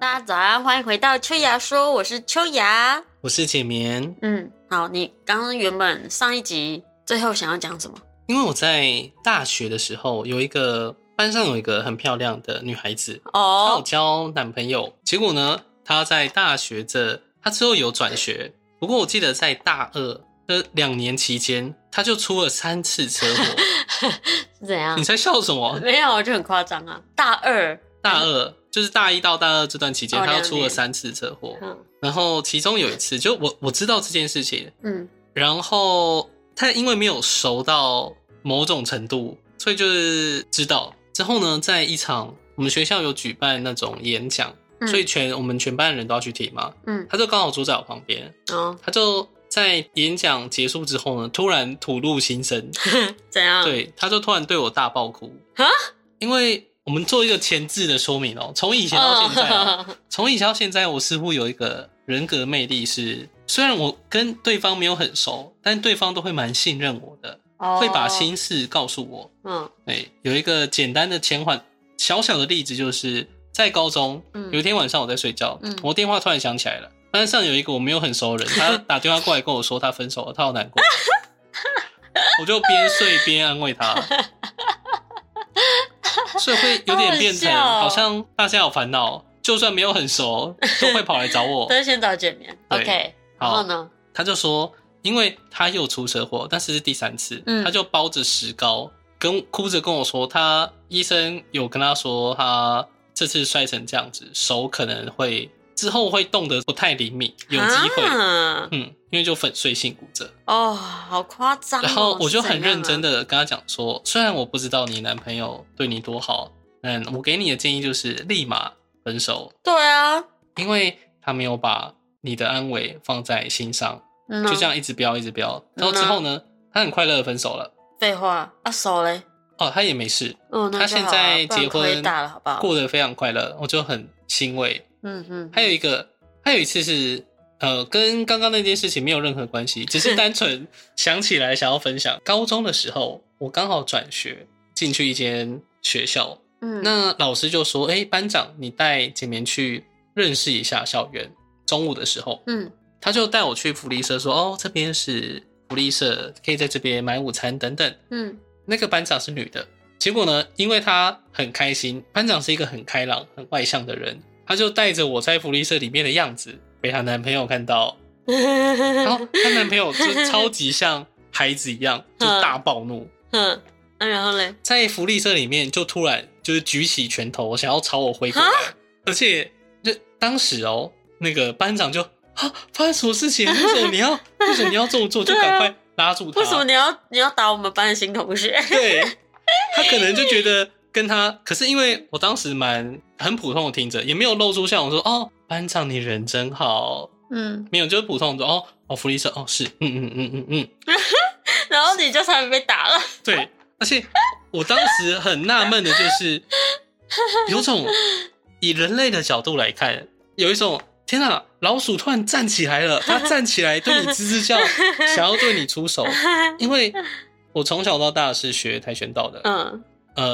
大家早安，欢迎回到秋芽说，我是秋芽。我是简眠，嗯，好，你刚刚原本上一集最后想要讲什么？因为我在大学的时候有一个班上有一个很漂亮的女孩子，她有哦，交男朋友，结果呢，她在大学这她之后有转学，不过我记得在大二的两年期间，她就出了三次车 祸。是怎样你？在笑什么？没有，就很夸张啊。大二，大二就是大一到大二这段期间，哦她又两出了年三次车祸，嗯然后其中有一次，就我我知道这件事情，嗯，然后他因为没有熟到某种程度，所以就是知道之后呢，在一场我们学校有举办那种演讲，嗯所以全我们全班人都要去听嘛。嗯他就刚好坐在我旁边，哦，他就在演讲结束之后呢，突然吐露心声，怎样？，对，他就突然对我大爆哭啊，因为。我们做一个前置的说明哦，从以前到现在、哦，从以前到现在，我似乎有一个人格魅力是，虽然我跟对方没有很熟，但对方都会蛮信任我的，哦会把心事告诉我。嗯对，哎有一个简单的前缓小小的例子，就是在高中嗯有一天晚上我在睡觉，嗯我电话突然响起来了，班上有一个我没有很熟的 人，他打电话过来跟我说他分手了，他好难过，我就边睡边安慰 他。所以会有点变成，好好笑哦好像大家有烦恼，就算没有很 熟，都会跑来找我都。是先找简眠。对 OK，然后好，呢？他就说，因为他又出车祸，但是是第三次，嗯他就包着石膏，跟哭着跟我说，他医生有跟他说，他这次摔成这样子，手可能会之后会动得不太灵敏，有机会，啊嗯，因为就粉碎性骨折。哦，好夸张哦。然后我就很认真的，的跟他讲说，虽然我不知道你男朋友对你多好，嗯，我给你的建议就是立马分手，对啊，因为他没有把你的安危放在心上，嗯啊就这样一直飙一直飙。然后嗯啊之后呢，他很快乐的分手了，废话啊，手嘞，哦，他也没事，嗯，那他就好现啊在不然结亏婚大了，好不好？过得非常快乐，我就很欣慰。嗯嗯，还有一个，还有一次是。呃，跟刚刚那件事情没有任何关系，只是 单纯想起来想要分享。高中的时候，我刚好转学进去一间学校，嗯那老师就说：“哎、班长，你带简棉去认识一下校园。”中午的时候，嗯他就带我去福利社，说：“哦，这边是福利社，可以在这边买午餐等等。嗯”那个班长是女的，结果呢，因为她很开心，班长是一个很开朗、很外向的人，她就带着我在福利社里面的样子被她男朋友看到， 然后嗯她男朋友就超级像孩子一样，就大暴怒。嗯，那然后嘞，在福利社里面就突然就是举起拳头，想要朝我挥过来，啊而且就当时哦，那个班长就啊，发生什么事情？为什么你要为什么你要这么做？就对啊赶快拉住他。为什么你要你要打我们班的新同学？对，他可能就觉得跟他，可是因为我当时蛮很普通的听着，也没有露出像我说哦，班长你人真好，嗯，没有，就是普通的哦哦，福利社哦是，嗯嗯嗯嗯嗯， 然后你就差点被打了。 对，而且我当时很纳闷的 就是，有种以人类的角度来看，有一种天哪、老鼠突然站起来 了，它站起来对你吱吱叫，想要对你出手。嗯因为我从小到大是学跆拳道的，嗯呃，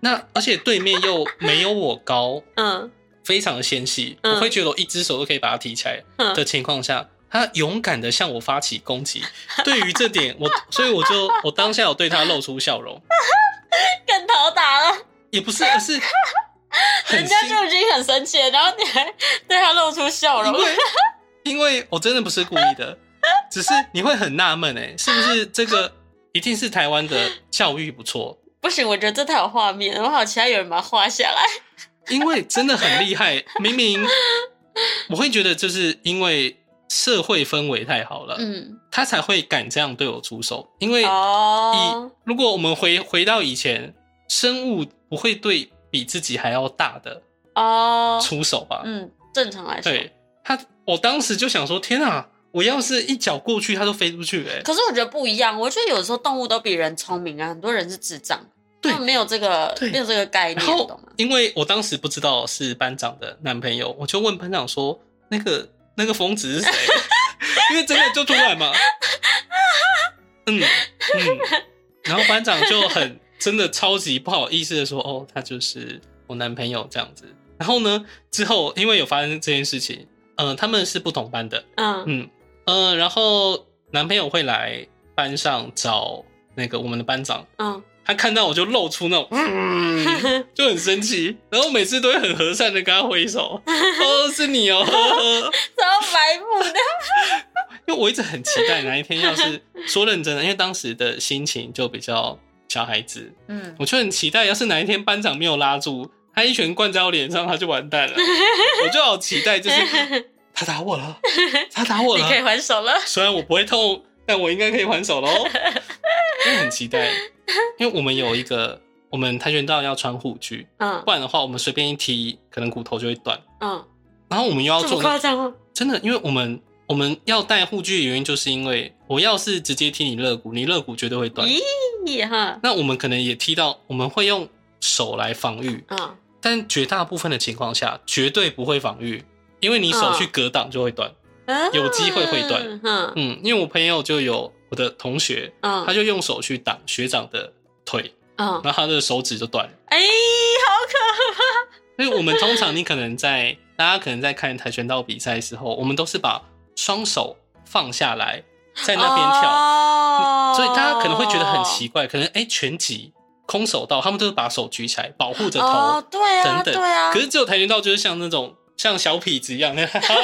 那而且对面又没有我高，嗯非常的纤细，嗯我会觉得我一只手都可以把它提起来的嗯，情况下，他勇敢的向我发起攻击。对于这点，我所以我就我当下有对他露出笑容，更讨打了，也不是，而 是很人家心就已经很生气了，然后你还对他露出笑因容。为 因为我真的不是故意的，只是你会很纳闷哎，是不是这个一定是台湾的教育不错？不行，我觉得这太有画面了，我好期待有人把它画下来。因为真的很厉 害，明明我会觉得就是因为社会氛围太好了，嗯，他才会敢这样对我出手，因为。以哦，如果我们回回到以前，生物不会对比自己还要大的哦，出手吧？嗯，正常来说。对他，我当时就想说，天啊，我要是一脚过去，它都飞出去、欸，哎，可是我觉得不一样，我觉得有时候动物都比人聪明啊，很多人是智障，对他们没有这个对没有这个概然念，后懂啊吗？因为我当时不知道是班长的男朋友，我就问班长说，那个那个疯子 是谁？因为真的就突然嘛，嗯嗯，然后班长就很真的超级不好意思的说，哦，他就是我男朋友这样子。然后呢，之后因为有发生这件事情，呃，他们是不同班的，嗯嗯呃，然后男朋友会来班上找那个我们的班长，嗯，他看到我就露出那种，嗯、 就很生气，然后每次都会很和善的跟他挥手，哦，是你哦， 呵呵。超白目的，因为我一直很期待哪一天，要是说认真的，因为当时的心情就比较小孩子，嗯，我就很期待，要是哪一天班长没有拉住，他一拳灌在我脸上，他就完蛋了。我就好期待，就是他打我了，他打我你可以了，还手了，虽然我不会痛，但我应该可以还手 喽。我很期待，因为我们有一个，我们跆拳道要穿护具，嗯不然的话，我们随便一踢，可能骨头就会断。嗯，然后我们又要这做么那夸张吗？真的，因为我们我们要戴护具的原因，就是因为我要是直接踢你肋骨，你肋骨绝对会断。咦哈，那我们可能也踢到，我们会用手来防御，嗯但绝大部分的情况下绝对不会防御，因为你手去格挡就会断。嗯，有机会会断嗯嗯，因为我朋友就有我的同学，嗯，他就用手去挡学长的腿，嗯，然后他的手指就断了。哎，好可怕，所以我们通常你可能在大家可能在看跆拳道比赛的时候，我们都是把双手放下来在那边跳。跳所以大家可能会觉得很奇怪，可能哎、诶拳击、空手道，他们都是把手举起来保护着头、哦，对啊，等等。对啊，可是只有跆拳道就是像那种像小痞子一样， 哈哈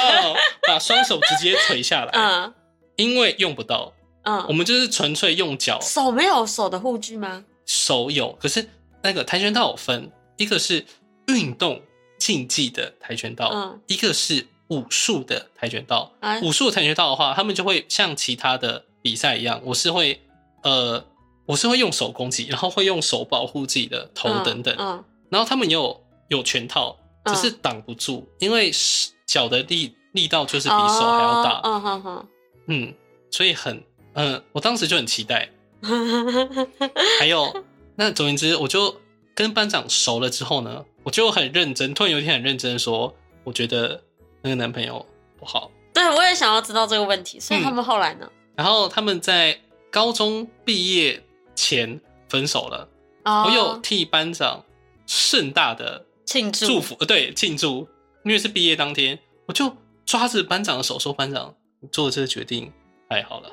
把双手直接垂下来，嗯因为用不到，我嗯，们就是纯粹用脚。手没有手的护具吗？手有，可是那个跆拳道有分，一个是运动竞技的跆拳道，嗯一个是武术的跆拳道。啊武术跆拳道的话，他们就会像其他的比赛一样，我是会呃，我是会用手攻击，然后会用手保护自己的头嗯等等。嗯然后他们也有有拳套，只是挡不住，因为是脚的力力道就是比手还要大。哦嗯哼嗯，所以很嗯、我当时就很期待。嗯哼， 还有，那总而言之，我就跟班长熟了之后呢，我就很认真，突然有一天很认真地说，我觉得那个男朋友不好。对我也想要知道这个问题，所嗯以他们后来呢？然后他们在高中毕业前分手了，哦我有替班长盛大的庆祝祝福，呃，对，庆祝，因为是毕业当天，我就抓着班长的手说：“班长，你做的这个决定太好 了，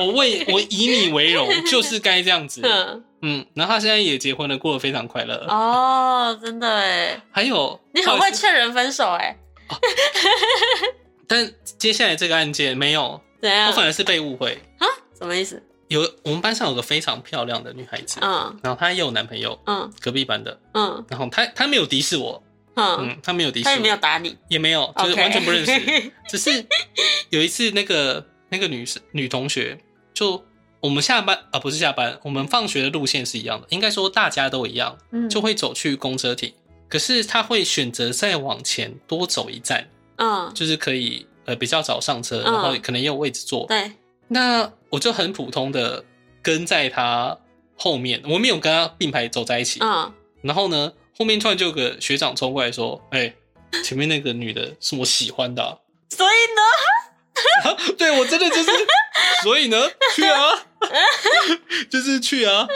我为我以你为荣，就是该这样子。” 嗯嗯，然后他现在也结婚了，过得非常快 乐。哦，真的哎，还有，你不好很意会思劝人分手 哎，但接下来这个案件没有，怎样我？反而是被误会。啊什么意思？有我们班上有个非常漂亮的女孩子，嗯然后她也有男朋友，嗯隔壁班的。嗯然后她她没有敌视我，嗯，嗯，她没有敌视他我，也没有打你，也没有，就是 OK 完全不认识。只是有一次，那个那个女生女同学，就我们下班啊、不是下班，我们放学的路线是一样的，应该说大家都一样， 嗯就会走去公车亭。可是她会选择再往前多走一站，嗯就是可以呃比较早上车，嗯然后可能也有位置坐。对那我就很普通的跟在她后面，我没有跟她并排走在一起。嗯然后呢，后面突然就有个学长冲过来说：“哎、前面那个女的是我喜欢的啊、所以呢， 对我真的就是，所以呢，去啊， 就是去啊。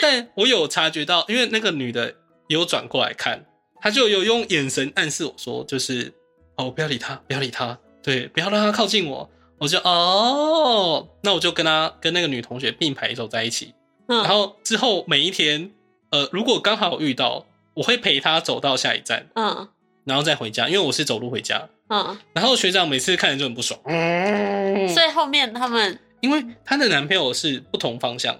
但我有察觉到，因为那个女的也有转过来看，她就有用眼神暗示我说，就是哦，不要理她，不要理她，对，不要让她靠近我。我就哦，那我就跟她跟那个女同学并排走在一起。然嗯后之后每一天，呃，如果刚好遇到，我会陪她走到下一站，嗯然后再回家，因为我是走路回家。嗯，然后学长每次看着就很不爽，所以后面他们因为她的男朋友是不同方向。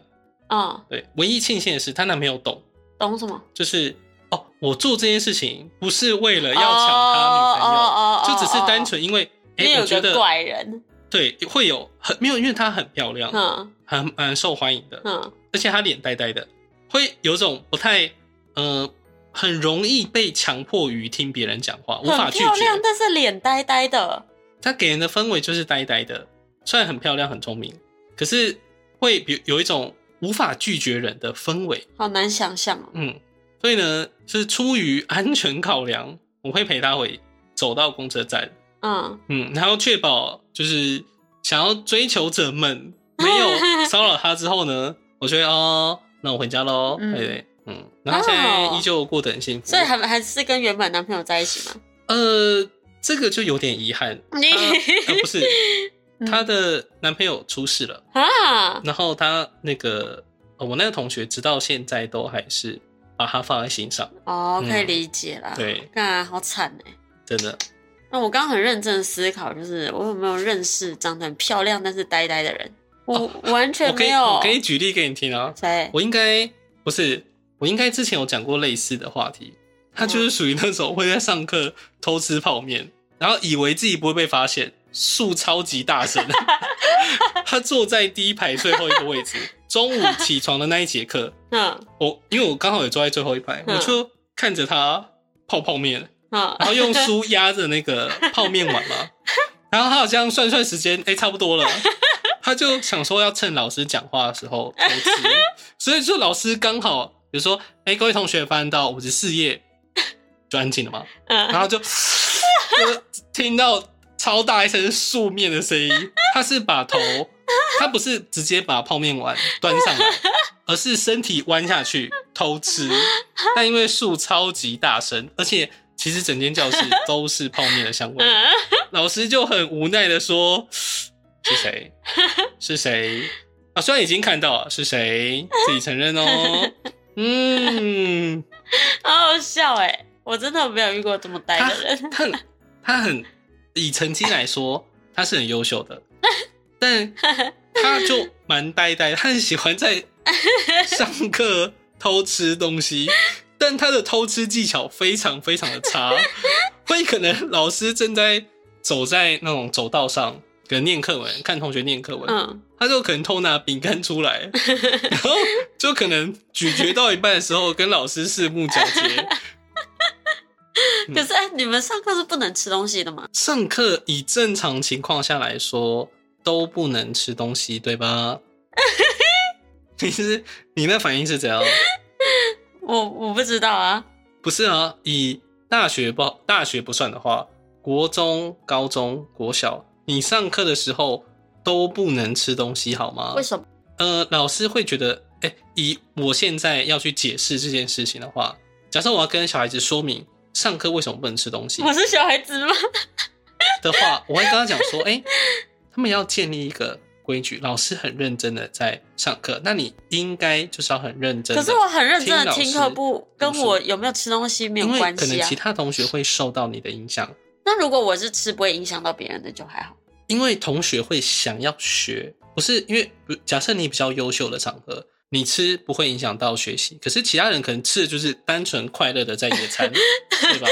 嗯对，唯一庆幸的是她男朋友懂，懂什么？就是哦，我做这件事情不是为了要抢哦她女朋友，哦哦哦就只是单哦纯因为，哎、因为我有觉个得怪人，对会有很没有，因为她很漂亮，嗯很蛮受欢迎的，嗯而且她脸呆呆的，会有种不太呃，很容易被强迫于听别人讲话，无法很拒漂绝。亮，但是脸呆呆的，她给人的氛围就是呆呆的，虽然很漂亮很聪明，可是会比有一种无法拒绝人的氛围。好难想象哦。嗯，所以呢，是出于安全考量，我会陪她回走到公车站，嗯，嗯，然后确保就是想要追求者 们没有骚扰她之后呢，我就会哦，那我回家喽，嗯哦对对，嗯，然后现在依旧过得很幸福。所以还还是跟原本男朋友在一起嘛？呃，这个就有点遗憾，你 她、呃不是嗯她的男朋友出事了，啊，然后她那个、呃我那个同学直到现在都还是把她放在心上，哦，嗯可以理解啦。对，那好惨哎。真的。那我刚刚很认真地思考，就是我有没有认识长得很漂亮但是呆呆的人？我完哦我全可以没有。我可以举例给你听啊，谁？我应该不是，我应该之前有讲过类似的话题。他嗯就是属于那种会在上课偷吃泡面，然后以为自己不会被发现，树超级大声。 他坐在第一排最后一个位置，中午起床的那一节课，嗯我因为我刚好也坐在最后一排，嗯我就看着他泡泡面，嗯然后用书压着那个泡面碗嘛，然后他好像算算时间，哎、差不多了，他就想说要趁老师讲话的时候偷吃，所以就老师刚好，比如说，哎、各位同学翻到五十四页，就安静了嘛，然嗯，后就 就听到超大一声素面的声音，他是把头，他不是直接把泡面碗端上来，而是身体弯下去偷吃。但因为树超级大声，而且其实整间教室都是泡面的香味，嗯老师就很无奈的说：“是谁？是谁？”啊，虽然已经看到了是谁，自己承认哦。嗯，好好笑哎！我真的没有遇过这么呆他的人。他他很以成绩来说，他是很优秀的，但他就蛮呆呆，他很喜欢在上课偷吃东西，但他的偷吃技巧非常非常的差，会可能老师正在走在那种走道上，可能念课文，看同学念课文，嗯，他就可能偷拿饼干出来，然后就可能咀嚼到一半的时候，跟老师四目交接。嗯可是哎，你们上课是不能吃东西的吗？上课以正常情况下来说都不能吃东西，对吧？你是你那反应是怎样？我我不知道啊。不是啊，以大学不大学不算的话，国中、高中、国小，你上课的时候都不能吃东西，好吗？为什么？呃，老师会觉得，哎、以我现在要去解释这件事情的话，假设我要跟小孩子说明上课为什么不能吃东西我是小孩子吗？的话，我会跟他讲说，哎、他们要建立一个规矩，老师很认真的在上课，那你应该就是要很认真可的。是我很认真的听听课老师不跟我有没有吃东西没有因为关可系能啊其。他同学会受到你的影响，那如果我是吃不会影响到别人的就还好。因为同学会想要学，不是因为不假设你比较优秀的场合，你吃不会影响到学习，可是其他人可能吃的就是单纯快乐的在野 餐，对吧？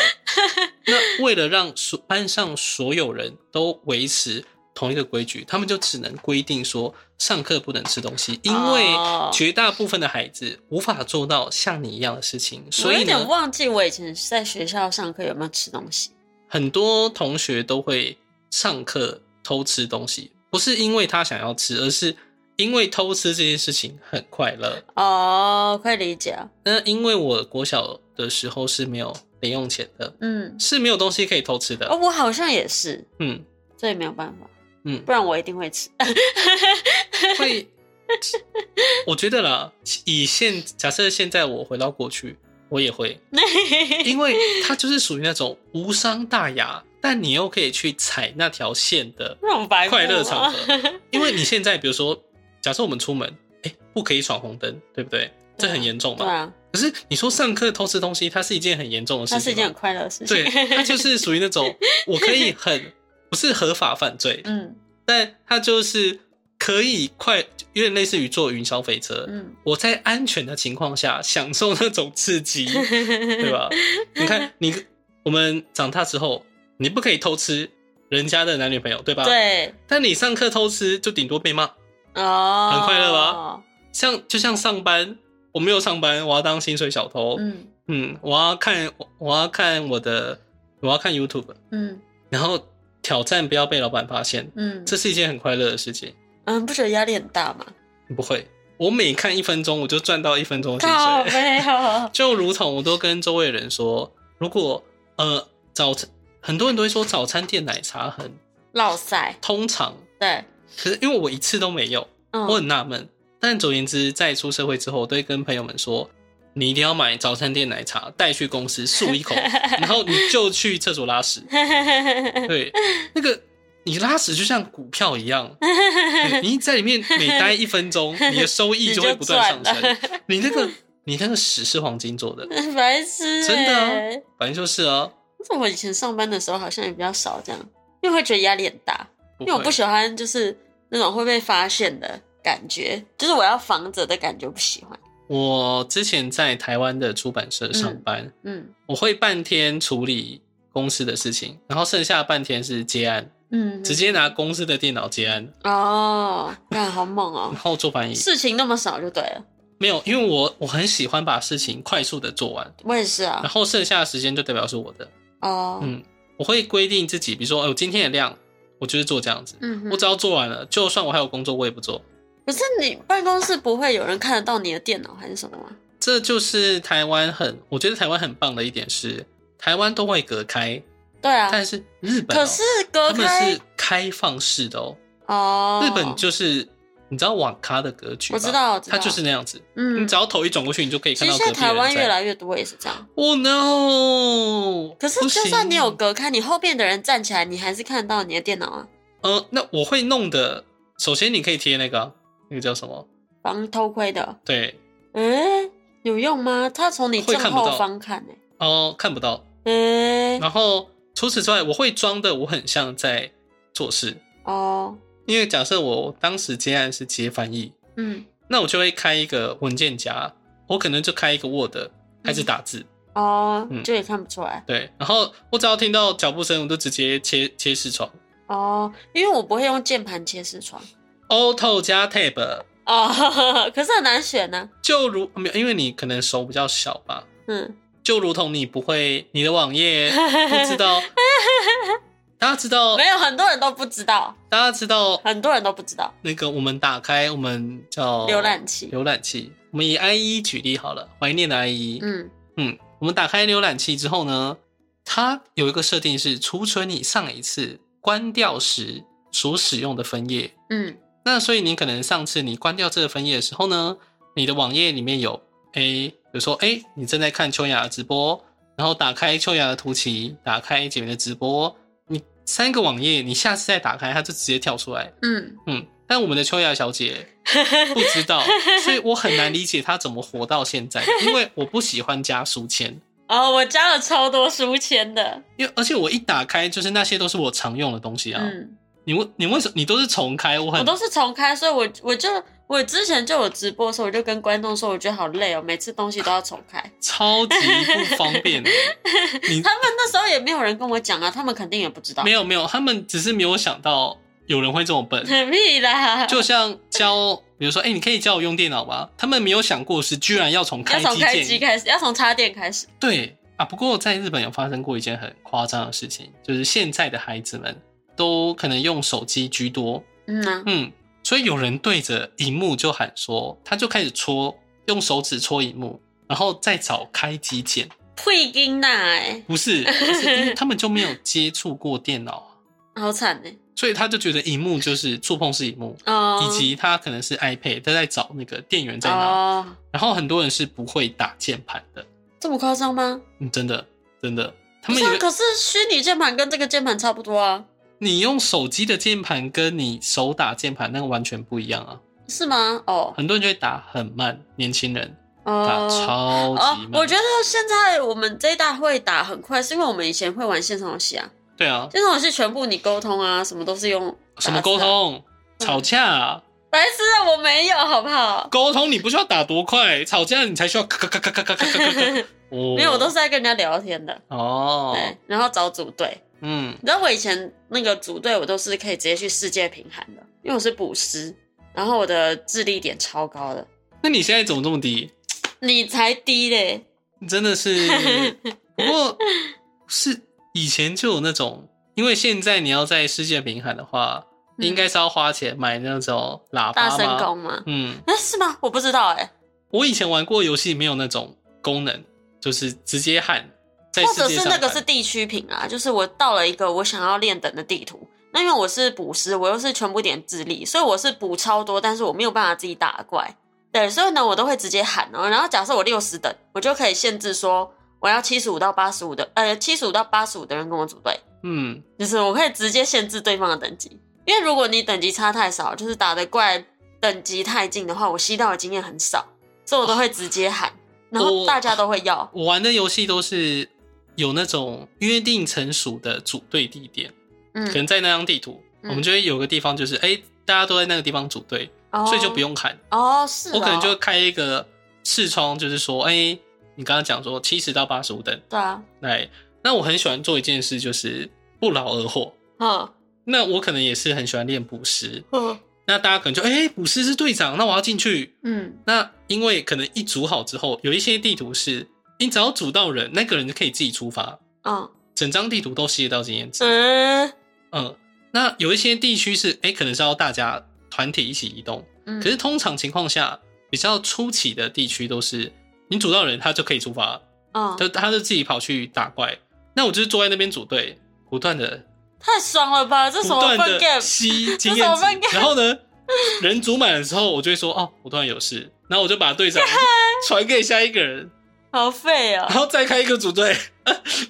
那为了让所班上所有人都维持同一个规矩，他们就只能规定说上课不能吃东西，因为哦绝大部分的孩子无法做到像你一样的事情，所我有以呢点，忘记我以前在学校上课有没有吃东西。很多同学都会上课偷吃东西，不是因为他想要吃，而是因为偷吃这件事情很快乐。哦，可以理解啊。那因为我国小的时候是没有零用钱的，嗯，是没有东西可以偷吃哦，的。我好像也是，嗯这也没有办法，嗯，不然我一定会吃。 会，我觉得啦，以现假设现在我回到过去，我也会，因为它就是属于那种无伤大雅，但你又可以去踩那条线的那种白目啊快乐场合。因为你现在比如说，假设我们出门，哎、不可以闯红灯，对不对？这很严重对嘛。啊，可是你说上课偷吃东西，它是一件很严重的事那是情吗，一件很快乐的事情。对， 它就是属于那种我可以很不是合法犯罪，嗯但它就是可以快，有点类似于坐云霄飞车。嗯，我在安全的情况下享受那种 刺激，对吧？你看，你我们长大之后，你不可以偷吃人家的男女朋友，对吧？。对，但你上课偷吃，就顶多被骂。哦，很快乐吧？像就像上班，我没有上班，我要当薪水小偷。嗯嗯我要看我我要看我的我要看 YouTube，嗯然后挑战不要被老板发现，嗯，这是一件很快乐的事情。嗯，不觉得压力很大吗？不会，我每看一分钟，我就赚到一分钟的薪靠哦水。，没有 就如同我都跟周围人说，如果呃早餐，很多人都会说早餐店奶茶很落塞，通常，对，可是因为我一次都没有，嗯我很纳闷。但总而言之，在出社会之后，我都会跟朋友们说，你一定要买早餐店奶茶带去公司漱 一口，然后你就去厕所拉屎。对，那个你拉屎就像股票一样， 对你在里面每待一分钟，你的收益就会不断上升。你那个你那个屎是黄金做的， 白痴、欸，真的啊，反正就是啊，但我以前上班的时候好像也比较少这样，因为会觉得压力很大，不因为我不会喜欢就是那种会被发现的感觉，就是我要防着的感觉，不喜欢。我之前在台湾的出版社上班，嗯我会半天处理公司的事情，然后剩下半天是接案，嗯，直接拿公司的电脑接案，哦，看好猛哦 然，后做翻译。事情那么少就对了，没有，因为我我很喜欢把事情快速的做完，我也是啊然，后剩下的时间就代表是我的。哦，嗯，我会规定自己，比如说，哎、我今天的量，我就是做这样子。嗯哼我只要做完了，就算我还有工作，我也不做。可是你办公室不会有人看得到你的电脑还是什么吗？这就是台湾很，我觉得台湾很棒的一点是，台湾都会隔开，对啊，但是日本哦、可是隔他们开是开放式的哦。哦，日本就是你知道网咖的格局吧，我知道，我知道它就是那样子。嗯你只，要头一转过去，你就可以其看实到现在隔壁的人台湾在越来越多也是这样。 Oh no！可是不就算你有行隔开，你后面的人站起来，你还是看得到你的电脑啊，呃，那我会弄的。首先，你可以贴那个啊、那个叫什么？防偷窥的。对，诶、有用吗？他从你会正看不到后方看诶、哦，看不到。诶、然后除此之外，我会装的，我很像在做事。哦，因为假设我当时接案是接翻译，嗯，那我就会开一个文件夹，我可能就开一个嗯 Word 开始打字。哦，嗯就也看不出来对，然后我只要听到脚步声，我就直接切切视窗哦，因为我不会用键盘切视窗，Auto 加 Tab。哦， 可是很难选呢、就如没有，因为你可能手比较小吧，嗯，就如同你不会你的网 页不知道，大家知道，没有很多人都不知道，大家知道很多人都不知道那个我们打开我们叫浏览器。浏览器，我们以 IE 举例好了，怀念的 IE，嗯嗯，我们打开浏览器之后呢，它有一个设定是储存你上一次关掉时所使用的分页，嗯，那所以你可能上次你关掉这个分页的时候呢，你的网页里面有 A，比如说 A，你正在看秋雅的直播，然后打开秋雅的图奇，打开简明的直播，你三个网页，你下次再打开，它就直接跳出来。嗯，嗯，但我们的秋雅 小姐不知道，所以我很难理解她怎么活到现在，因为我不喜欢加书签，哦，我加了超多书签的，因为而且我一打开就是那些都是我常用的东西啊。嗯，你问你为什么你都是重开？我很我都是重开，所以我我就我之前就有直播的时候，我就跟观众说，我觉得好累哦，每次东西都要重开。超级不方 便的。你他们那时候也没有人跟我讲啊，他们肯定也不知道没。有没有，他们只是没有想到有人会这 么笨。屁啦，就像教，比如说，哎、你可以教我用电脑吗？他们没有想过是居然要从要开从机开键。机开始，要从插电开始。对啊，不过在日本有发生过一件很夸张的事情，就是现在的孩子们都可能用手机居多，嗯啊，嗯，所以有人对着荧幕就喊说，他就开始戳，用手指戳荧幕，然后再找开机键。退金呐，哎，不是，是因为他们就没有接触过电脑啊，好惨哎。所以他就觉得荧幕就是触碰式荧幕，哦，以及他可能是 iPad，他在找那个电源在哪。哦，然后很多人是不会打键盘的，这么夸张吗？嗯，真的真的，他不们以是啊，为可是虚拟键盘跟这个键盘差不多啊，你用手机的键盘跟你手打键盘那个完全不一样啊。是吗？哦，很多人就会打很慢，年轻人打哦。超哦级慢。，我觉得现在我们这一代会打很快，是因为我们以前会玩线上游戏啊。对啊，线上游戏全部你沟通啊，什么都是用打字啊什么沟？通、吵架、啊，白痴啊，我没有，好不好？沟通你不需要打多快，吵架你才需要咔咔咔咔咔咔咔咔咔。哦没有，我都是在跟人家聊天的，哦，对，然后找组队。嗯，你知道我以前那个组队，我都是可以直接去世界评韩的，因为我是补师，然后我的智力点超高的，那你现在怎么这么低？你才低嘞。你真 的是，不过是以前就有那种，因为现在你要在世界名喊的话，嗯应该是要花钱买那种喇叭大嘛声功吗？嗯，哎、是吗？我不知道哎、我以前玩过游戏没有那种功能，就是直接喊，在或世者界是上那喊个是地区评啊，就是我到了一个我想要练等的地图，那因为我是补师，我又是全部点智力，所以我是补超多，但是我没有办法自己打怪，对，所以呢，我都会直接喊哦。然后假设我六十等，我就可以限制说我要七十五到八十五的，呃，七十五到八十五的人跟我组队，嗯，就是我可以直接限制对方的等级。因为如果你等级差太少，就是打的怪等级太近的话，我吸到的经验很少，所以我都会直接喊，然哦后大家都会要。我玩的游戏都是有那种约定成熟的组队地点，可嗯，能在那张地图，嗯我们就会有个地方就是，哎、大家都在那个地方组队，所以就不用用喊。哦，是哦我可能就开一个视窗，就是说，哎、你刚刚讲说七十到八十五等，对啊，来，那我很喜欢做一件事，就是不劳而获。嗯那我可能也是很喜欢练捕食，嗯那大家可能就，哎、捕食是队长，那我要进去。嗯，那因为可能一组好之后，有一些地图是你只要组到人，那个人就可以自己出发，嗯整张地图都吸得到经验值。嗯嗯，那有一些地区是，哎、可能是要大家团体一起移动，嗯，可是通常情况下，比较初期的地区都是你组到人，他就可以出发，嗯他他就自己跑去打怪。那我就是坐在那边组队，不断的太爽了吧？这不什么断 fun 的 game？吸经这验什么值 fun game？然后呢，人组满的时候，我就会说哦，我突然有事，然后我就把 队长传给下一个人，好废哦然！后再开一个组队。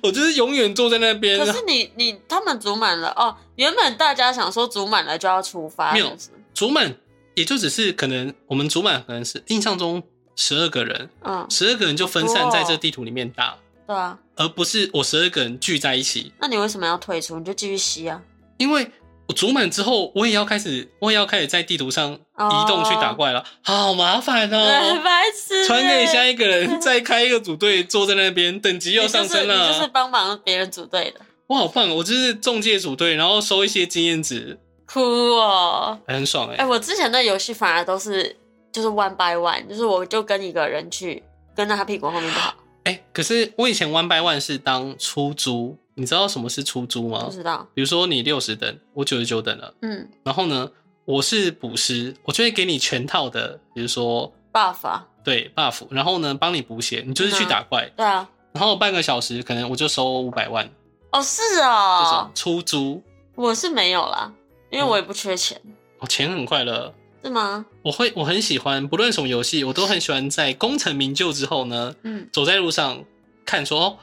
我就是永远坐在那边，可是你你他们组满了哦，原本大家想说组满了就要出发，没有是不是组满也就只是可能我们组满可能是印象中十二个人，嗯，十二个人就分好散多哦在这地图里面打，对啊，而不是我十二个人聚在一起。那你为什么要退出？你就继续吸啊。因为我组满之后，我也要开始，我也要开始在地图上哦移动去打怪了，好麻烦对， 哦。白痴、欸。传给下一个人，再开一个组队，坐在那边，等级你又就上是升你就是了。帮忙别人组队的，我好棒，哦我就是中介组队，然后收一些经验值，哭哦。还很爽哎、哎、我之前的游戏反而都是就是 one by one，就是我就跟一个人去，跟在他屁股后面就好，哎、可是我以前 one by one 是当出租，你知道什么是出租吗？不知道。比如说你六十等，我九十九等了，嗯然后呢，我是补师，我就会给你全套的，比如说，buff 啊，对 buff，然后呢帮你补血，你就是去打怪，对啊。然后半个小时可能我就收五百万哦，是这哦种，出租，我是没有啦，因为我也不缺钱，哦，钱很快乐。是吗？我会我很喜欢，不论什么游戏，我都很喜欢在功成名就之后呢，嗯，走在路上看说哦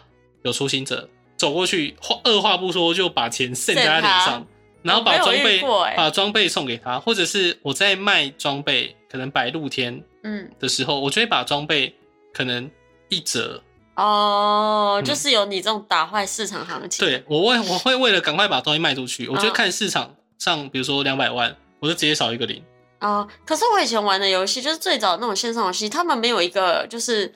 有出行者走过去，话二话不说就把钱渗在他脸渗上他，然后把我装没有遇备、过欸把装备送给他，或者是我在卖装备，可能白露天嗯，的时候，我就会把装备可能一折，哦，嗯就是有你这种打坏市场行情。，对我为我会为了赶快把东西卖出去，我就嗯看市场上比如说两百万，我就直接少一个零，哦，可是我以前玩的游戏，就是最早那种线上游戏，他们没有一个就是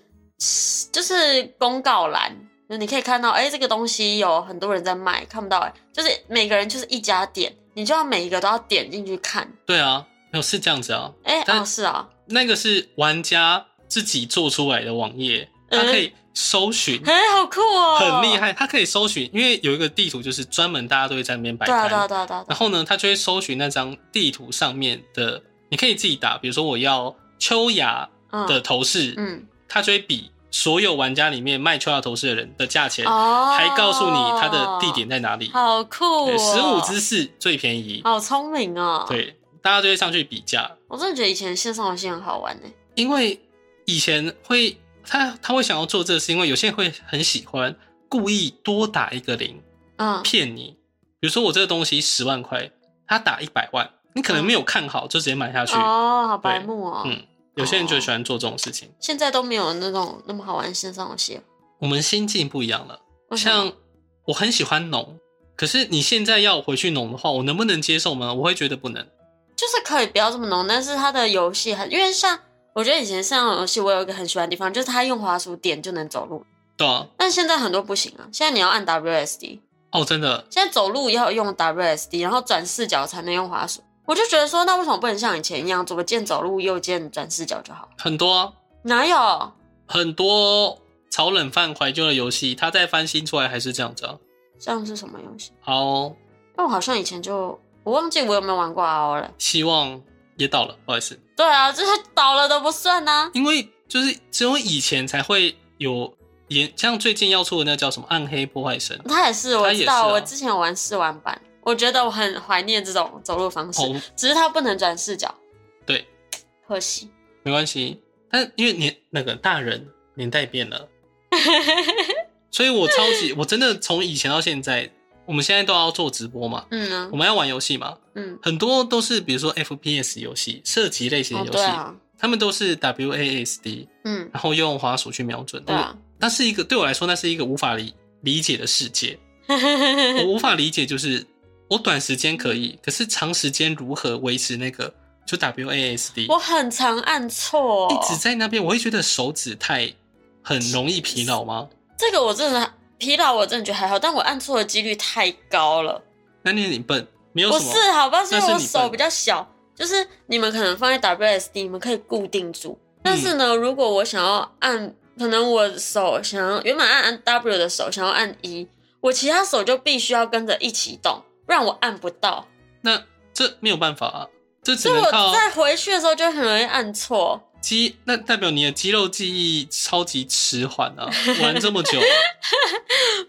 就是公告栏，就你可以看到，哎、这个东西有很多人在卖，看不到、哎，就是每个人就是一家店，你就要每一个都要点进去看。对啊，没有是这样子啊，哎、但嗯哦，是啊，那个是玩家自己做出来的网页，它可嗯以搜寻。哎、好酷哦，很厉。害，它可以搜寻，因为有一个地图就是专门大家都会在那边摆对啊，摊，对啊，对啊，对啊。对然啊后呢，它就会搜寻那张地图上面的，你可以自己打，比如说我要秋雅的嗯头饰，嗯，它就会比所有玩家里面卖秋雅头饰的人的价钱，哦，还告诉你它的地点在哪里，好酷、哦，十五之四最便宜，好聪明哦！，对，大家就会上去比价，我真的觉得以前线上游戏很好玩呢。因为以前会他他会想要做这个，是因为有些人会很喜欢故意多打一个零嗯骗你，比如说我这个东西十万块，他打一百万，你可能没有看好就直接买下去，哦，好白目哦。嗯，有些人就喜欢做这种事情。现在都没有那种那么好玩的线上游戏了，我们心境不一样了，为什么像我很喜欢农，可是你现在要我回去农的话，我能不能接受吗？我会觉得不能。就是可以不要这么浓，但是它的游戏很，因为像我觉得以前线上游戏我有一个很喜欢的地方，就是它用滑鼠点就能走路，对啊，但现在很多不行啊，现在你要按 WSD，哦，真的，现在走路要用 WSD，然后转视角才能用滑鼠。我就觉得说，那为什么不能像以前一样，左键走路，右键转视角就好？很多啊、哪有？很多炒冷饭怀旧的游戏，它再翻新出来还是这样子啊。这样是什么游戏？好、但我好像以前就我忘记我有没有玩过 RO 了。希望也倒了，不好意思，对啊，这是倒了都不算啊呐、因为就是只有以前才会有演，像最近要出的那叫什么《暗黑破坏神》他也是，我他也知是啊道，我之前有玩试玩版，我觉得我很怀念这种走路方式，哦，只是它不能转视角，对，可惜。没关系。但因为年那个大人年代变了，所以我超级我真的从以前到现在，我们现在都要做直播嘛，嗯啊我，们要玩游戏嘛，嗯，很多都是比如说 FPS 游戏、射击类型哦的游戏，对啊，他们都是 WASD，嗯，然后用滑鼠去瞄准。对啊，那是一个对我来说，那是一个无法理理解的世界。嗯我无法理解，就是我短时间可以，可是长时间如何维持那个就 WASD， 我很常按错、一直在那边，我会觉得手指太很容易疲劳吗？这个我真的疲劳，我真的觉得还好，但我按错的几率太高了。那你很笨，没有不什么。是，好吧，是那是我你手笨比较小，就是你们可能放在 WSD，你们可以固定住。但是嗯呢，如果我想要按，可能我手想要原本按按 W 的手想要按一，我其他手就必须要跟着一起动，不然我按不到。那这没有办法啊，这只所以能我靠在回去的时候就很容易按错。 肌，那代表你的肌肉记忆超级迟缓 啊，玩这么久，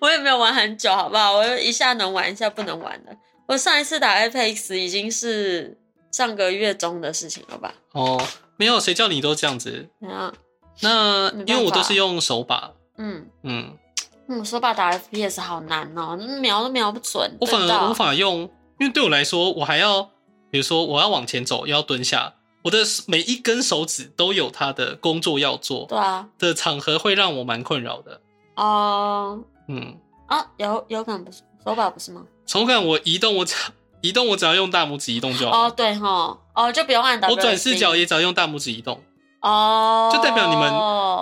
我也没有玩很久，好不好？我一下能玩，一下不能玩的。我上一次打 Apex 已经是上个月中的事情了吧？哦，没有谁叫你都这样子。然后，那没办法因为我都是用手把，嗯嗯，嗯，说吧，打 FPS 好难哦，瞄都瞄不准。我反对到而无法用，因为对我来说，我还要，比如说我要往前走，又要蹲下，我的每一根手指都有它的工作要做对啊，的场合，会让我蛮困扰的。哦、嗯，啊，摇摇杆不是手把不是吗？手感我移动，我 只移动我只要用大拇指移动就好哦，了，对哈，哦，就不用按 W。啊我转视角也只要用大拇指移动。哦，就代表你们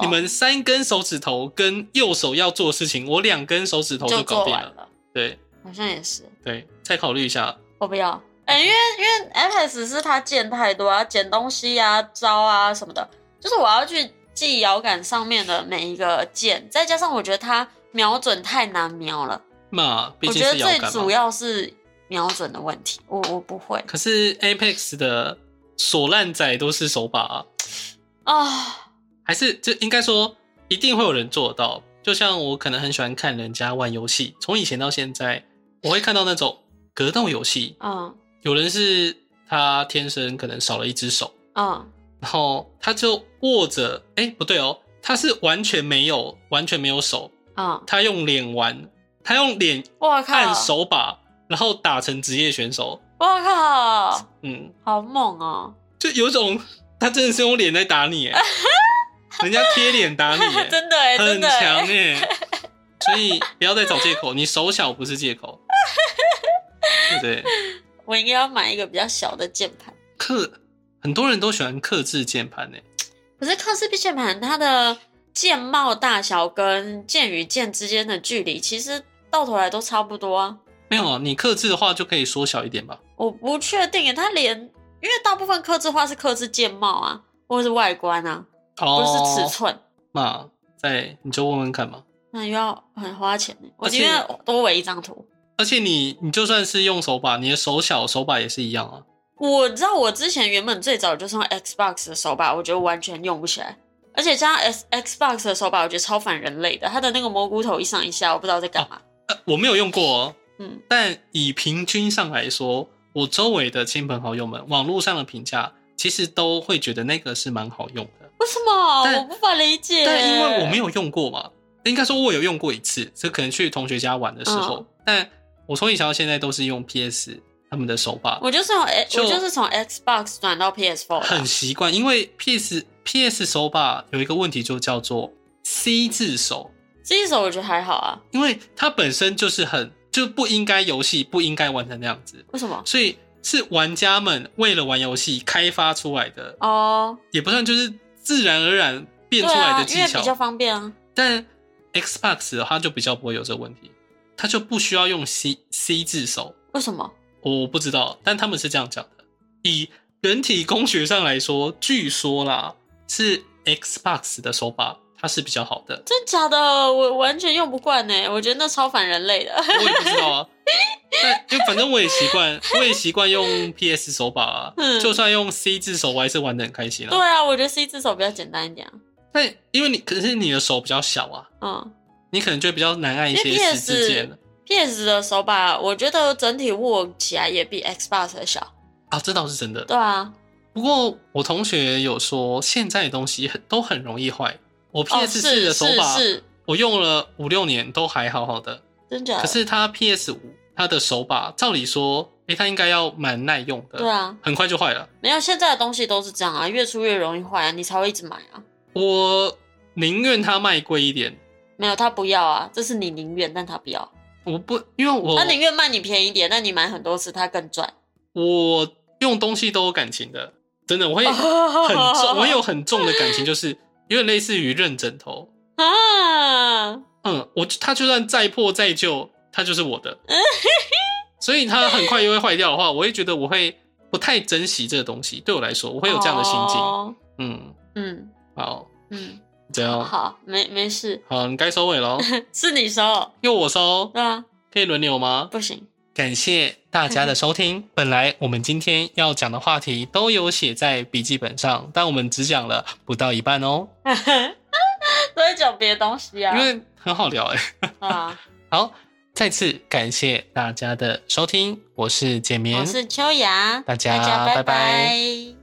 你们三根手指头跟右手要做的事情，我两根手指头就搞做定完了。了，对好像也是。对，再考虑一下。我不要，哎、因为因为 Apex 是他键太多啊，捡东西啊、招啊什么的，就是我要去记摇杆上面的每一个键，再加上我觉得它瞄准太难瞄了，嘛，毕我竟觉得是摇最杆主嘛。要是瞄准的问题，我我不会可是 Apex 的锁烂仔都是手把、啊，啊，还是就应该说一定会有人做得到。就像我可能很喜欢看人家玩游戏，从以前到现在，我会看到那种格斗游戏，嗯有人是他天生可能少了一只手，嗯，然后他就握着，哎、不对哦，他是完全没有完全没有手，嗯，他用脸玩，他用脸我靠，按手把，然后打成职业选手。我靠，嗯，好猛哦、就有种他真的是用脸在打你耶，人家贴脸打 你耶，真的哎、真很的哎、强哎。所以不要再找借口，你手小不是借口， 对不对？我应该要买一个比较小的键盘。克很多人都喜欢克制键盘呢，欸可是克氏必键盘它的键帽大小跟键与键之间的距离，其实到头来都差不多啊。没有，你克制的话就可以缩小一点吧。我不确定欸耶，它连因为大部分刻字化是刻字键帽啊，或是外观啊，不哦，是尺寸，嘛，再你就问问看嘛。那又要很花钱耶。我而且宁愿多围一张图。而且你你就算是用手把，你的手小手把也是一样啊。我知道我之前原本最早就是用 Xbox 的手把，我觉得完全用不起来，而且加上 S Xbox 的手把，我觉得超反人类的，它的那个蘑菇头一上一下，我不知道在干嘛。呃，我没有用过、哦，嗯，但以平均上来说，我周围的亲朋好友们网络上的评价，其实都会觉得那个是蛮好用的。为什么？但我无法理解。但因为我没有。有用过嘛，应该说我有用过一次，就可能去同学家玩的时候。嗯但我从以前到现在都是用 PS 他们的手把，我就是从 A- 就我就是从 Xbox 转到 PS4 的啊很习惯，因为 PS PS 手把有一个问题就叫做 C 字手，这一手我觉得还好啊，因为它本身就是很就不应该游戏不应该玩成那样子。为什 么？所以是玩家们为了玩游戏开发出来的，哦，也不算就是自然而然变对出来啊的，因技为巧。比较方便啊。但 Xbox 它就比较不会有这个问题，它就不需要用 C C 字手。为什么？。我不知道，但他们是这样讲的。以人体工学上来说，据说啦是 Xbox 的手把它是比较好的真假的？我完全用不惯呢、我觉得那超反人类的。我也不知道啊。 但就反正我也习惯，我也习惯用 PS 手把啊，嗯就算用 C 字手，我还是玩的很开心啊对。啊，我觉得 C 字手比较简单一点啊。但因为你可是你的手比较小啊，嗯你可能就比较难按一些因为十字键，PS 的手把，我觉得整体握起来也比 Xbox 的小。啊，这倒是真的。对啊，不过我同学有说，现在的东西很都很容易坏。我 PS 四的手把，哦是是我用了五六年都还好好的，真假的？可是它 PS 五它的手把，照理说，诶、它应该要蛮耐用的，对啊，很快就坏了。没有现在的东西都是这样啊，越出越容易坏啊，你才会一直买啊。我宁愿它卖贵一点，没有，他不要啊，这是你宁愿，但他不要。我不因为我他宁愿卖啊你便宜一点，但你买很多次，他更赚。我用东西都有感情的，真的，我哦会很 重，我有很重的感情，就是有点类似于认枕头，啊，嗯，我它就算再破再旧，它就是我 的，所以它很快又会坏掉的话，我会觉得我会不太珍惜这个东西。对我来说，我会有这样的心境。哦嗯，嗯好，嗯，怎样？好，没没事，好，你该收 尾喽，是你收，又我收，对啊，可以轮流吗？不行，感谢大家的收听。本来我们今天要讲的话题都有写在笔记本上，但我们只讲了不到一半哦， 都在讲别的东西啊因。为很好聊哎、啊，好，再次感谢大家的收听，我是简眠，我是秋雅，大家大家拜拜拜拜